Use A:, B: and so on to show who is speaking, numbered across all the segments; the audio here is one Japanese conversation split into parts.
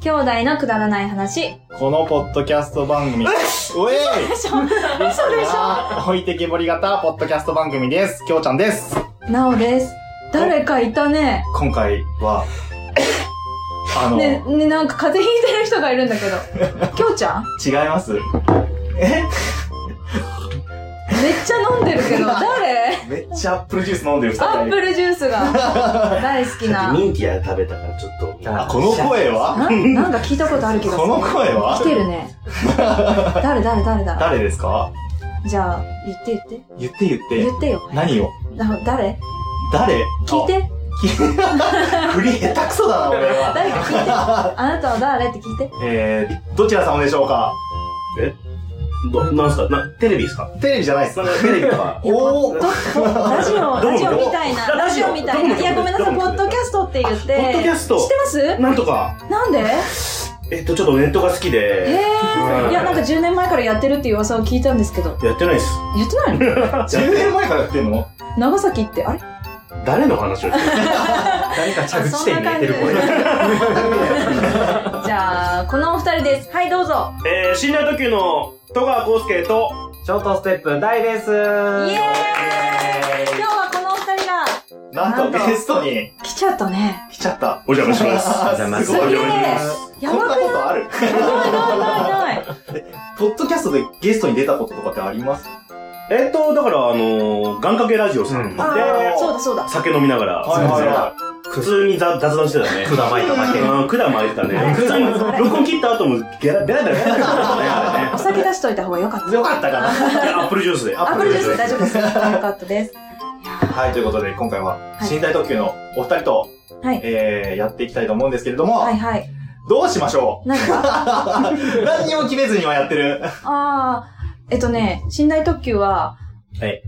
A: 兄弟のくだらない話。
B: このポッドキャスト番組。うえい
A: 嘘でし
B: 置いてけぼり型ポッドキャスト番組です。きょうちゃんです。
A: ょなおです。誰かいたね。
B: 今回は、あの、
A: ね、ね、なんか風邪ひいてる人がいるんだけ ど。きょうちゃん
B: 違いますえ
A: めっちゃ飲んでる けど、誰
B: めっちゃアップルジュース飲んでる二
A: アップルジュースが大好き な。
C: ミンティア食べたからちょっと。
B: あ、この声は
A: ななんか聞いたことある気がする。
B: この声は
A: 来てる ね。誰誰誰誰
B: 誰ですか
A: じゃあ、言って言って。
B: 言って言って。
A: 言ってよ。
B: 何を
A: な誰
B: 誰
A: 聞いて。
B: あ振り下手くそだな、俺は。
A: 誰か聞いて。あなたは誰って聞いて。
B: えー、どちら様でしょうか
C: ど、なんすかな、テレビですか
B: テレビじゃないっす
C: な。んかテレビと か。
A: いや
B: お
A: ポッドラジオ、
C: どう
A: ラジオみたいな、
C: どう
A: ラジオみたいな。
C: どう
A: いや、ごめんなさい、
C: どう
A: ポッドキャストって言っ
C: ポッドキ
A: て。
C: ャスト
A: 知ってます
C: なんとか、
A: なんで
C: えっと、ちょっとネットが好き
A: え
C: で、
A: ー。いや、なんか10年前からやってるっていう噂を聞いたんですけど。
C: やってないです。
A: 言ってないの
B: 10年前からやってんの
A: 長崎って、あれ
C: 誰の話をしてる
D: 誰か着地点に寝てる声。
A: じゃあ、このお二人です。はい、どうぞ。
C: えー、信頼特急の戸川康介と、
D: ショートステップ大 です。イ
A: イエーイ
D: エ
A: 今日はこのお二人が
B: なんとゲストに
A: 来ちゃったね。
B: 来ちゃった。
C: お邪魔します。
B: あー
D: 邪魔
B: すごい
A: すげえや
B: こん
A: ば
B: な
A: く
B: ことある
A: ないないないないない。
B: ポッドキャストでゲストに出たこととかってあります
C: えっと、だから、あのー、願掛けラジオさんで、
D: う
A: あーそうだそうだ。
C: 酒飲みながら、
B: はいはいは
C: 普通に雑雑談してたね。
D: ーイ。だまいただけ。
C: うん、管巻いてたね
A: あれ。
C: 普通に、録音切った後も、ゲラ、ベラベラベラベラしてたね、あれね
A: お酒出しといた方が良かった。
B: よかったかな
C: いや。アップルジュースで。
A: アップルジュース大丈夫です。よかったです。
B: はい、ということで今回は
A: はい
B: 身体特急のお二人と、
A: はい
B: えー、やっていきたいと思うんですけれども、
A: はいはい。
B: どうしましょ
A: 何
B: う
A: か
B: 何にも決めずにはやってる。
A: ああー、えっとね、寝台特急は、
C: はい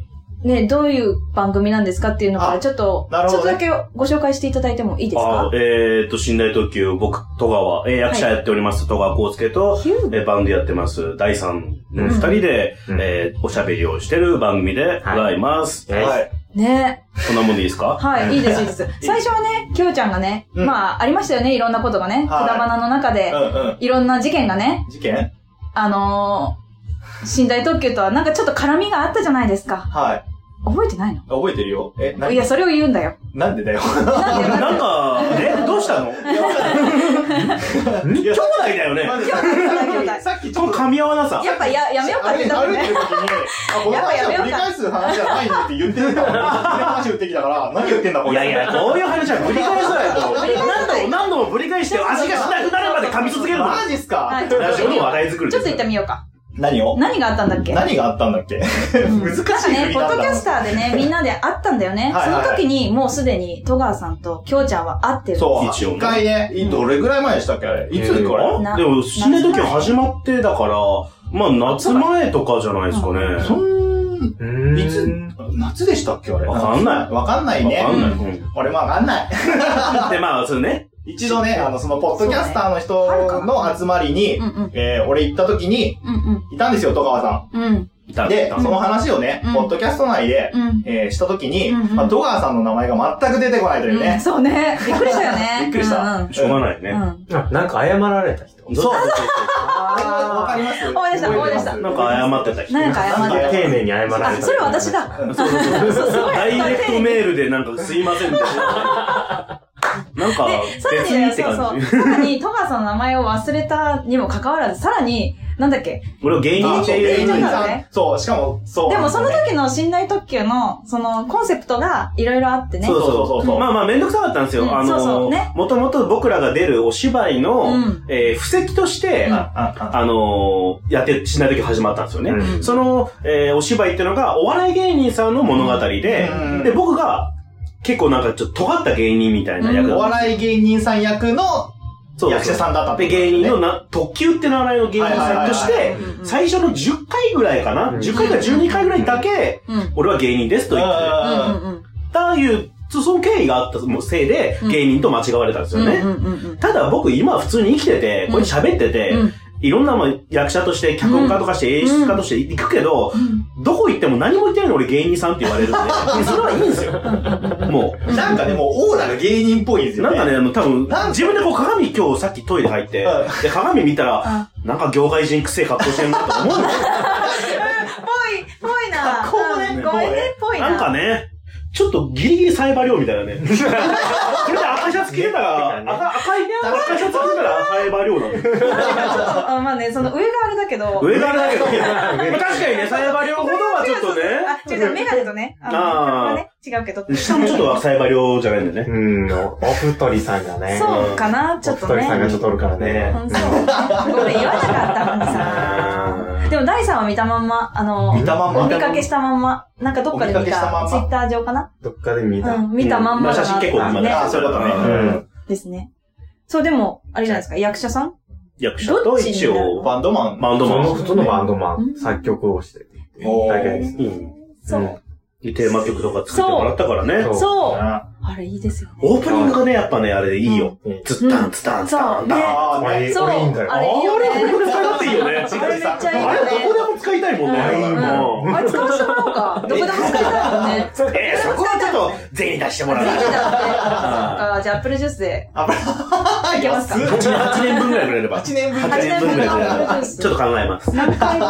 A: ね、どういう番組なんですかっていうのから、
B: あ
A: ちょっと、
B: なる
A: ちょっ
B: ほ
A: と
B: ど
A: だ
B: ね
A: けご紹介していただいてもいいです
C: あ
A: か
C: ーえー、っと、信頼特急、僕、戸川、えー、役者やっております、戸川康介と、
A: ヒュー
C: えー、バンドやってます、第三の
D: うん
C: 二人で、
D: うん
C: えー、おしゃべりをしてる番組でございます。
D: はい
B: はい。
A: ね。
C: こんなもんでいいですか
A: はい、いいです、いい です。最初はね、きょうちゃんがね、
B: うん
A: まあ、ありましたよね、いろんなことがね、く
B: はい
A: だばなの中で
B: う、んうん。
A: いろんな事件がね、
B: 事件
A: あのー、寝台特急とはなんかちょっと絡みがあったじゃないですか。
B: はい。
A: 覚えてないの
B: 覚えてるよ。え、ない
A: や、それを言うん だよ。
B: なんで だよ。
A: なんでなんで
C: なんか、え、どうした の
A: 兄
C: 兄弟だよね。
A: 弟兄弟
B: さっきち
C: こ
B: ょ
C: の
B: っと
C: 噛み合わなさ。
A: やっぱややめようか
B: あ
A: って
B: れ
A: 言ったも
B: 歩
A: ん
B: いて
A: ね。
B: る時に、あ、この
A: やっぱ
B: 話
A: やめよう
B: は繰り
A: か
B: 返す話じゃないねって言ってる から、話言ってきたから、何言ってんだこ
C: い
B: いつ
C: やいや、こういう話はぶり返さない と。
A: ぶり返さな
C: 何度
A: い
C: も何度もぶり返して、味がしなくなるまで噛み続けるの。
B: マジっすか、
A: はい
C: ラジオの話題作り
A: ち
C: で
A: ょっ
C: す。
A: と行ってみようか。
B: 何を
A: 何があったんだっけ
B: 何があったんだっけ難し
A: なん
B: い
A: かね、
B: 振り
A: ポ
B: な
A: ッ
B: んだ
A: ドキャスターでね、みんなで会ったんだよね。
B: はいはい
A: その時に、もうすでに、戸川さんと京ちゃんは会ってる。
B: そう、
C: 一
B: 一
C: 応ね
B: 回ね、どれぐらい前でしたっけあれ。いつこれ、
C: あ
A: な
C: でも、死ね時始まってだから、まあ、夏前とかじゃないですかね。
B: そん、
D: うーん
B: いつ、夏でしたっけあれ。
C: わかんない
B: わかんないね
C: わ。かんない。うん
B: 俺もわかんない。
C: で、まあ、それね。
B: 一度ね、あの、その、ポッドキャスターの人の集まりに、
A: うんうん。
B: えー、俺行った時に、
A: うん
B: いたんですよ、戸川さ
A: うん。うん。
C: いた
B: ん。で、
A: ん
B: その話をね、
A: うん
B: ポッドキャスト内で、
A: うん。
B: えー、した時に、
A: うんうん
B: まあ、戸川さんの名前が全く出てこないという
A: うん
B: ね。。
A: そうね。びっくりしたよね
B: びっくりした
A: うん
C: しょうがないね。
A: うんうん。
D: あなんか謝られた人。
C: そう。
B: わか
D: あ
B: ります
A: 思い出した
B: 覚えてま
A: 思い出し
B: す
A: た
C: なんか謝ってた人。
A: なんか謝って
D: ー丁寧に謝られ
A: た。
D: た
A: あ、。それ私。だ。
B: うん
C: そうそうそうダイレクトメールでなんかすいませ んでした。なんか
A: で、さら
C: 別
A: に
C: に
A: ね、
C: って
A: そうそ
C: 感
A: う。
C: じ。
A: さらに、戸川さんの名前を忘れたにもかかわらず、さらに、なんだっけ。
C: 俺は芸人
B: あ
C: っ
B: そ
C: て
B: う
C: い
B: 芸
C: う
B: 人
A: だ
B: さ
A: ね
B: ん。そう、しかも、そう。
A: でも、その時の寝台特急の、その、コンセプトが、いろいろあってね。
C: そうそう
B: そうそう
C: そ。
B: そうう
C: まあまあめんどくさかったんですよ。
A: うん
C: あ
A: そうそう
C: の
A: ね、
C: もともと僕らが出るお芝居の
A: うん、
C: えー布石として、
A: うん
C: あ
B: あ、あ、あ、
C: のー、やって、しない時始まったんですよね。
D: うん
C: その、えーお芝居ってのが、お笑い芸人さんの物語で
B: うん、
C: で、僕が、結構なんかちょっと尖った芸人みたいな役
A: うん
B: お
C: だっ
B: 笑い芸人さん役の
C: た。
B: 役者
C: ん。
B: さんだったっ
C: で、
B: てことです
C: 芸
B: ね
C: 人のな、特急って名前の芸人さんとして、
B: はい
A: はいはいはい
C: 最初の10回ぐらいかな、
D: うん
C: ?10 回か12回ぐらいだけ、
A: うん。うん
C: 俺は芸人ですと言って
A: うんうん。
C: たいう、そその経緯があったもうせいで
A: うん、
C: 芸人と間違われたんですよね。
A: うんうんうんうん。
C: ただ僕今普通に生きてて、こうやって喋ってて、
A: うん
C: いろんなもん役者として、脚本家とかして、演出家として行くけど、どこ行っても何も言ってないの俺芸人さんって言われるんで、 それはいいんですよ。もう。
B: なんかでも、オーラが芸人っぽいんですよ
C: なん
B: ね。
C: かね、あの、多分
B: なんか、
C: 自分でこう鏡今日さっきトイレ入って
B: う、
C: で、鏡見たら、なんか業界人くせえ格好してるな と思うのよ。
A: ぽい、ぽいな。
B: 格好もね
A: うんごめんね、ぽいな。
C: なんかね、ちょっとギリギリサイバー量みたい なね。これで赤シャツ着てたら、赤赤い、赤いシャツ着てたらサイバー量なのよ。
A: あまあね、その上があれだけど。
C: 上からだけど、確かにね、サイバー量ほどはちょっとね、
A: あ、違う違う、メガネとね。あの
C: あー
A: これはね、違うけど。
C: 下もちょっとサイバー量じゃないんだよね。
D: うん、おお太りさんがね。
A: そうかな、ちょっと
D: お太りさん
A: ね。
D: がちょっとおるからね。
A: うんそう。ごめん、言わなかったのにさ。でも、第3話見たまんま、あの、
B: 見たまん
A: お
B: ま。
A: 見かけしたまんま、なんかどっかで
B: お
A: 見
B: 見かけしたまん
A: た、
B: ま
A: ツイッター上かな
D: どっかで見た。
A: うん、見たまんまだな
C: 写真結構今
A: ね
C: ね。
B: あそういうことね
D: うん。
A: ですね。そう、でも、あれじゃないですか、役者さん
C: 役者と一応、
B: バンドマン。
C: バンド
D: そ
C: マ
D: の
C: ン。
D: 人のバンドマ
A: うん
D: ン、作曲をしてる
B: おー
D: だけです。
C: うん。
A: そう。
C: テーマ曲とか作ってもらったからね
D: そ。う
A: そう。
B: あ
A: あれ、いいですよね。
C: オープニングがね、やっぱね、あれいいよ。
D: うん
C: ツッタン、ツタン、ツタン、
A: そうね
C: ダーン
B: あ
D: あ
B: ー、ね。
D: れ、
A: そう
D: 俺いいんだよ。
A: あれいいよね
C: あれこれ使い勝手いいよね。
A: あれめっちゃいい
C: あ
A: よ
C: れどこ
A: ね。
C: でも使いたいもんね。
D: う
C: う
D: ん
C: ん
A: あれ使わせてもらおうか。どこでも使いたいもんね。
C: えー、そこはちょっと全員出してもらう
A: ぜひだって。
C: な。
A: そっかじゃあ、アップルジュースで。
B: い
A: いけますか
B: 安っ
C: 8年分ぐらいくれれば。
B: 8年分
C: 8年分ぐらいくれれば。ちょっと考えます。
A: 何回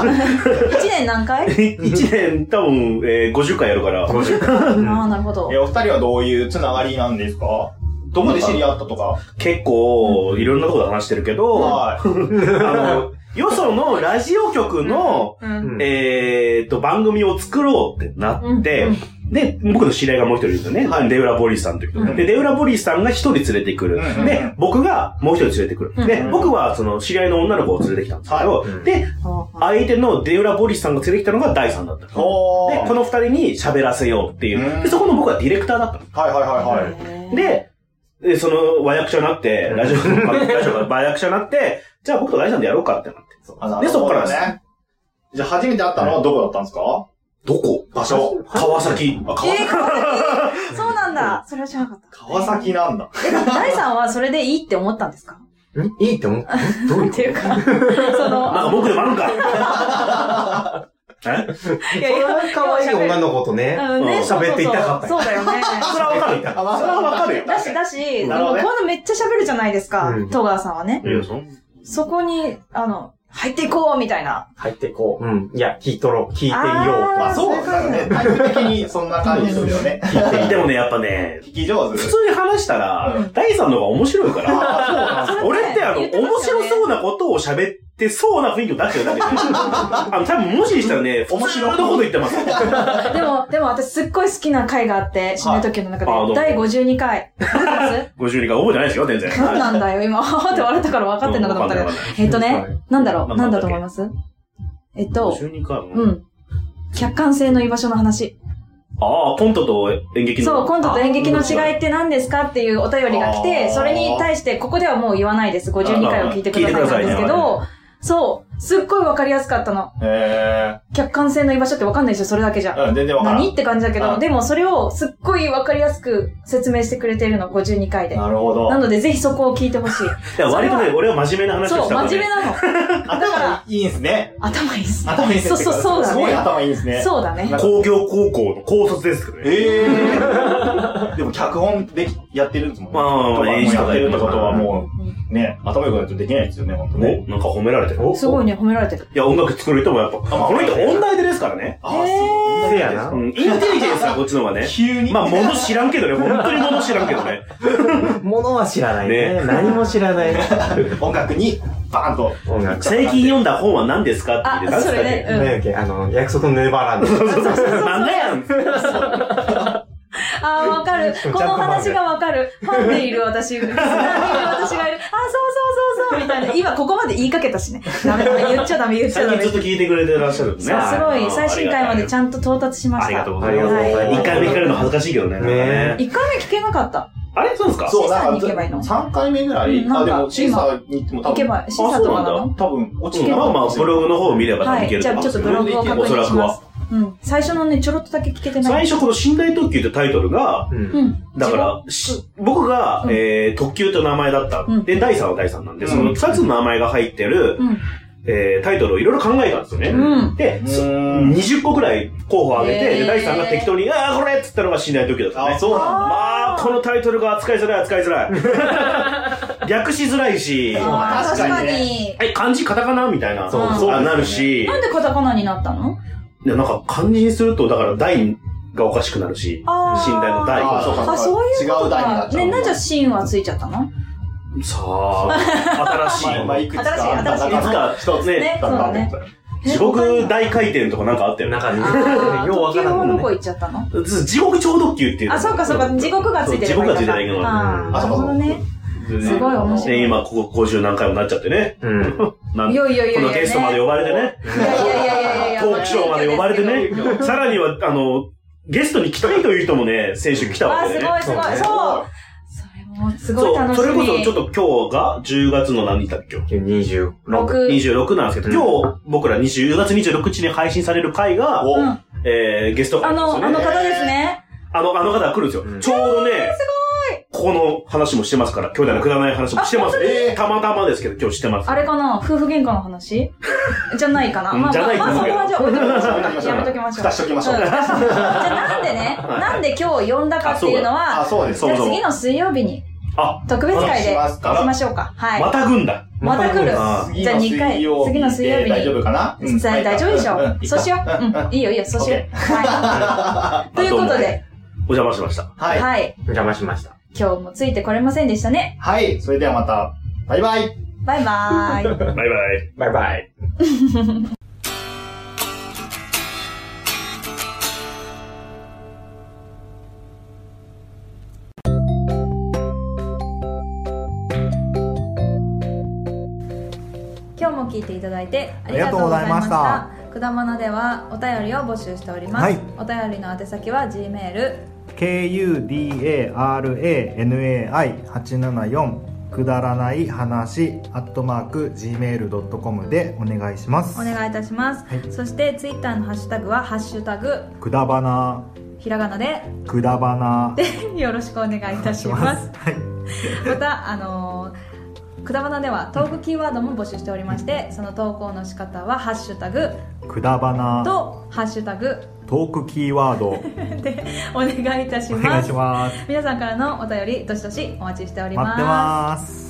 A: ?1 年何 回
C: 1年多分、えー、50回やるから。
A: ああ、なるほど
B: え、。お二人はどういうつながりなんですかどこで知り合ったとか
C: 結構、いろんなとこで話してるけど、あ
B: はい。
C: の、よそのラジオ局の、
A: うん。
D: うん
C: えーっと、番組を作ろうってなって、
A: うん
C: で、僕の知り合いがもう一人いるんですよね。
B: はい
C: デウラ・ボリスさんという人、
A: うん
C: で、デウラ・ボリスさんが一人連れてくる、
B: うん
C: で、僕がもう一人連れてくる。
A: うん
C: で、僕はその知り合いの女の子を連れてきたんですけど、
D: はいうん
C: で、相手のデウラ・ボリスさんが連れてきたのが第3だった。で、
B: お
C: こ
B: ー。
C: の二人に喋らせようっていう、
B: うん
C: で、そこの僕はディレクターだったの。
B: はいはいはいはい。
A: い
C: で、でその和訳者になって、
D: うん
C: ラジオ、ラジオが和訳者になって、じゃあ僕と第3でやろうかってなって。
B: あ
C: で、そっからです。
B: ね。じゃあ初めて会ったのはどこだったんですか
C: どこ
B: 場所。
C: 川崎。
B: あ、川
A: えー、
B: 崎。
A: 川崎そうなんだ。それは知らなかった。
B: 川崎なんだ。
A: え。大さんはそれでいいって思ったんですか
D: んいいって思ったんどういう
A: って いう か、そ
C: なんか
A: の、
C: 僕でもあるんか。え
A: い
D: それは可愛い女の子とね、
A: うんねそうそう
D: 喋っていたかったよ
A: そうだよね。
C: それはわかるよ。
B: あまあ
C: それはわかるよ。
A: だし、だし、
C: なるほ
A: も
C: ど
A: う
C: ね
A: こういうのめっちゃ喋るじゃないですか
D: う、ん
A: 戸川さんはね。
C: いやそん
A: そこに、あの、入っていこうみたいな。
B: 入ってこう。
D: うん。いや、聞いとろう。聞いていよ
A: あ
D: う。
B: まあそうなんだね。タイプ的にそんな感じですよね。
C: でもね、やっぱね、
B: 聞き上手
C: 普。通に話したら、
A: うん
C: 第三の方が面白いから、
B: あ
A: それ
C: 俺ってあの、
A: 言
C: 面
A: てま
C: 白
A: したよね
C: そうなことを喋ってそうな雰囲気を出してるだけで、 あの、多分文字にしたらね、
B: 面白
C: 面
B: い
C: 白いこと言ってます。
A: でも、でも私すっごい好きな回があって、死ぬ時の中
C: あど
A: で、
C: うも
A: 第52回。 覚えてます
C: 52回覚えてないですよ、全然。
A: 何なんだよ、今。 はーって笑ったから分かってんのかと思ったけど。えっとね、なんだろ
C: な
A: う、なん
C: んだっけ
A: だと思いますえっと、
C: 52回も。
A: うん。客観性の居場所の話。
C: ああ、コントと演劇の。
A: そう、コントと演劇の違いって何ですかっていうお便りが来
B: あ
A: て、
B: ー
A: それに対して、ここではもう言わないです。52回を聞いてくださいなんですけど、そう、すっごい分かりやすかったの。
B: へえ
A: 客観性の居場所って分かんないでしょ、それだけじゃ。
B: ー。うん、全然わからん。
A: 何って感じだけ
B: う
A: ど、
B: ん
A: でもそれをすっごいわかりやすく説明してくれているの、52回で。
B: なるほど。
A: なのでぜひそこを聞いてほしい。
C: いや、割とね、俺は真面目な話を
A: そ
C: し
A: う、
C: たから
A: 真面目
C: ね。
A: なの。
B: 頭いいんすね。
A: 頭いいっす。
B: 頭いいんす
A: そう
B: ね。
A: そう、そうだ
B: すごい
A: ね。
B: 頭いいんすね。
A: そうだね。
C: 工業高校の高卒ですけどね。
B: ええー。でも脚本でき、やってるんですもんね。
C: まあ
B: とか
C: 演出と
B: や
C: か
B: ってるってことは
A: う
B: も
A: ん
B: う、ね、頭良くないとできないですよね、ほんとね。
C: おなんか褒められてる。
D: お
A: すごいね、褒められてる。
C: いや、音楽作る人もやっぱ、
B: まあ
C: この人音大手ですからね。
B: あ、
A: へ
B: そう。
D: せやな
C: う。ん、インテリジェンスはこっちの方 がね。
B: 急に。
C: まあ、物知らんけどね、本当に物知らんけどね。
D: ものは知らないね。
C: ね
D: 何も知 らない。
B: 音楽に、バーンと。
D: 音楽。
C: 最近読んだ本は何ですかって言
A: あ
C: って、
A: それねうん
D: 何やっけあの、約束のネバーランド。
C: 何ですかってなんだやん
A: あー、わかる
D: ちゃ。んと
A: この話がわかる。ファンでいる私、リスナーでいる私がいる。あ、そうそうそうそう、みたいな。今ここまで言いかけたしね。ダメダメ、言っちゃダメ、言っちゃ
C: 最
A: ダメ。そ
C: 近ず
A: う
C: っと聞いてくれてらっしゃるんですすね。
A: ごい、最新回までち
C: ゃん
A: ゃんと到達しました。
C: ありがとうご
D: あ
C: ざい
D: りがとう
C: ま
D: ござい
C: す。
D: ます。
C: 一回目聞かれるの恥ずかしいけどね。なんかね
A: 1回目聞けなかった。
C: あれそうですか
B: そう、
A: 審査
B: な
A: に
B: ん
A: 行けばいい
B: か、
A: の
B: 3回目ぐら
A: う
B: い。
A: んなん
B: あ、で
A: か
B: も、審査に行っても多
A: 行け
B: 分、
A: ば、審査とかなの
B: 多分、落ち
C: う
B: て
C: ん
B: な
C: ま
B: か
C: あ
B: った
C: まあ、ブログの方を見れば多分
A: はいい。
C: ける
A: じ
C: と
A: ゃあ
C: 思
A: ち
C: うん
A: ょ
C: で
A: っと
C: すけ
A: ブ
C: ど
A: ログを確認します。うん。最初のね、ちょろっとだけ聞けてな
C: 最
A: い。
C: 初この寝台特急ってタイトルが、
D: うん
A: うん。
C: だから、し僕が、
A: うん
C: えー、特急と名前だった。
A: うん
C: で、第3は第3なんで、
B: うん
C: その2つの名前が入ってる、
A: うん。
C: えー、タイトルをいろいろ考えたんですよね。
A: うん。
C: で、そ
B: ん。
C: 20個くらい候補を挙げて、
A: へー
C: で、第3が適当に、ああ、これっつったのが寝台特急だったね。
B: あ、そうなんだ。
C: まあ、このタイトルが扱いづらい、扱いづ らい。略しづらいし、は
A: あー
B: 確
A: 確
B: か
A: か
B: にね
A: に。
C: い、漢字カタカナみたいな、
D: そう
C: あなるし、
A: なんでカタカナになったの
C: いやなんか漢字にすると、だから、第がおかしくなるし、
A: あー
C: 寝台の台
B: あそうか
A: あ、そういうこと
B: 違う台にな
A: か
B: っ。ちゃう
A: ね、なんじゃシーンはついちゃった の
C: さあ、新しい
B: まあ、まあ、いくつかあった
A: 新しい
C: いつか一つ
A: ね
C: ね、
A: そうだね
C: 地獄大回転とかなんかあったよ
D: な
C: ね
D: ん。かね、
A: あー
D: ようわ
A: 時
D: か
A: 計
D: らん
A: は
D: も
A: ど
D: んね
A: こ行っちゃったの
C: 地獄超特急っていう。
A: あ、そうかそうか、地獄がついてる
C: そう地獄がついてないの
A: あー
B: あ
A: な
B: そ
A: る
B: うか
A: ほ
B: そう
A: ど
B: か
A: ね。すごい面白
C: で、今、ここ50何回もなっちゃってね。
D: うん。
C: なん
A: いやいやいやいや
C: このゲストまで呼ばれてね。
A: いやいやいやいやいや。
C: トークショーまで呼ばれてね。さらには、あの、ゲストに来たいという人もね、先週来た
A: わ
C: わ
A: あ、
C: け
A: す
C: でね。
A: ごいすごい。そう。それもすごい楽しみ。
C: そう、それこそちょっと今日が10月の何日だっけ今日
D: 26。
A: 僕、
C: 26なんですけど、
D: う
C: 今日僕ら20 10月26日に配信される回が、
B: お、
A: うん
C: えー、ゲスト
A: あ
C: 会なんです
A: の、あ
C: よね。
A: の方ですね。
C: あの、あの方が来るんですよ。
D: うん
C: ちょうどね、ここの話もしてますから、兄弟のくだらない話もしてます。えーたまたまですけど、今日してます。
A: あれかな夫婦喧嘩の 話じゃないかな。
C: うん
A: まあ
C: じゃ
A: ま
C: な
A: あ
C: い
A: ま
C: と
A: あ、
C: 思
A: そうこ
C: よ
A: はじゃ あ置いときましょう。やめときましょう。
B: 蓋しときましょう
A: うんじゃあなんでね、なんで今日呼んだかっていうの
B: あ、
A: は、
B: そうで
A: じ
B: す。
C: そ
A: ゃ
C: も
A: あ
C: そも
A: 次の水曜日に
C: あ、
A: 特別会で
B: しま
A: し
B: すから
A: ましょうか。はい。
C: また軍だ。
A: また来る
D: あ
A: じゃあ2回、次の水曜日に。
B: 大丈夫かな
A: うん大丈夫でしょう。そうしよう。うん。いいよいいよ、そうしよう。はい。ということで、
C: お邪魔しました。
B: う。はい。
A: はい。
D: 邪魔しました。
A: 今日もついてこれませんでしたね。
B: はい。それではまた、バイバイ。
A: バイバーイ。
C: バイバイ。
D: バイバイ。
A: 今日も聞いていただいてあ
E: あ
A: り
E: り
A: が
E: が
A: と
E: と
A: う
E: う
A: ご
E: ご
A: ざ
E: ざ
A: い
E: い
A: ま
E: ま
A: し
E: した
A: たくだまなではお便りを募集しております、
E: はい
A: お便りの宛先は G メール
E: KUDARANAI874 くだらない話アットマーク Gmail.com でお願いしま
A: お
E: す
A: 願いいたします、
E: はい
A: そしてツイッターのハッシュタグは「ハッシュタグ
E: くだばな
A: ひらがなで
E: くだばな」
A: でよろしくお願いいたします
E: はい
A: またあのーくだばなではトークキーワードも募集しておりましてその投稿の仕方は「ハッシュタグ
E: くだば」な
A: と「ハッシュタグ
E: トークキーワード」
A: でお願いいたし
E: お
A: ま
E: 願い
A: す
E: します
A: 皆さんからのお便りどしどしお待ちしており
E: 待ってます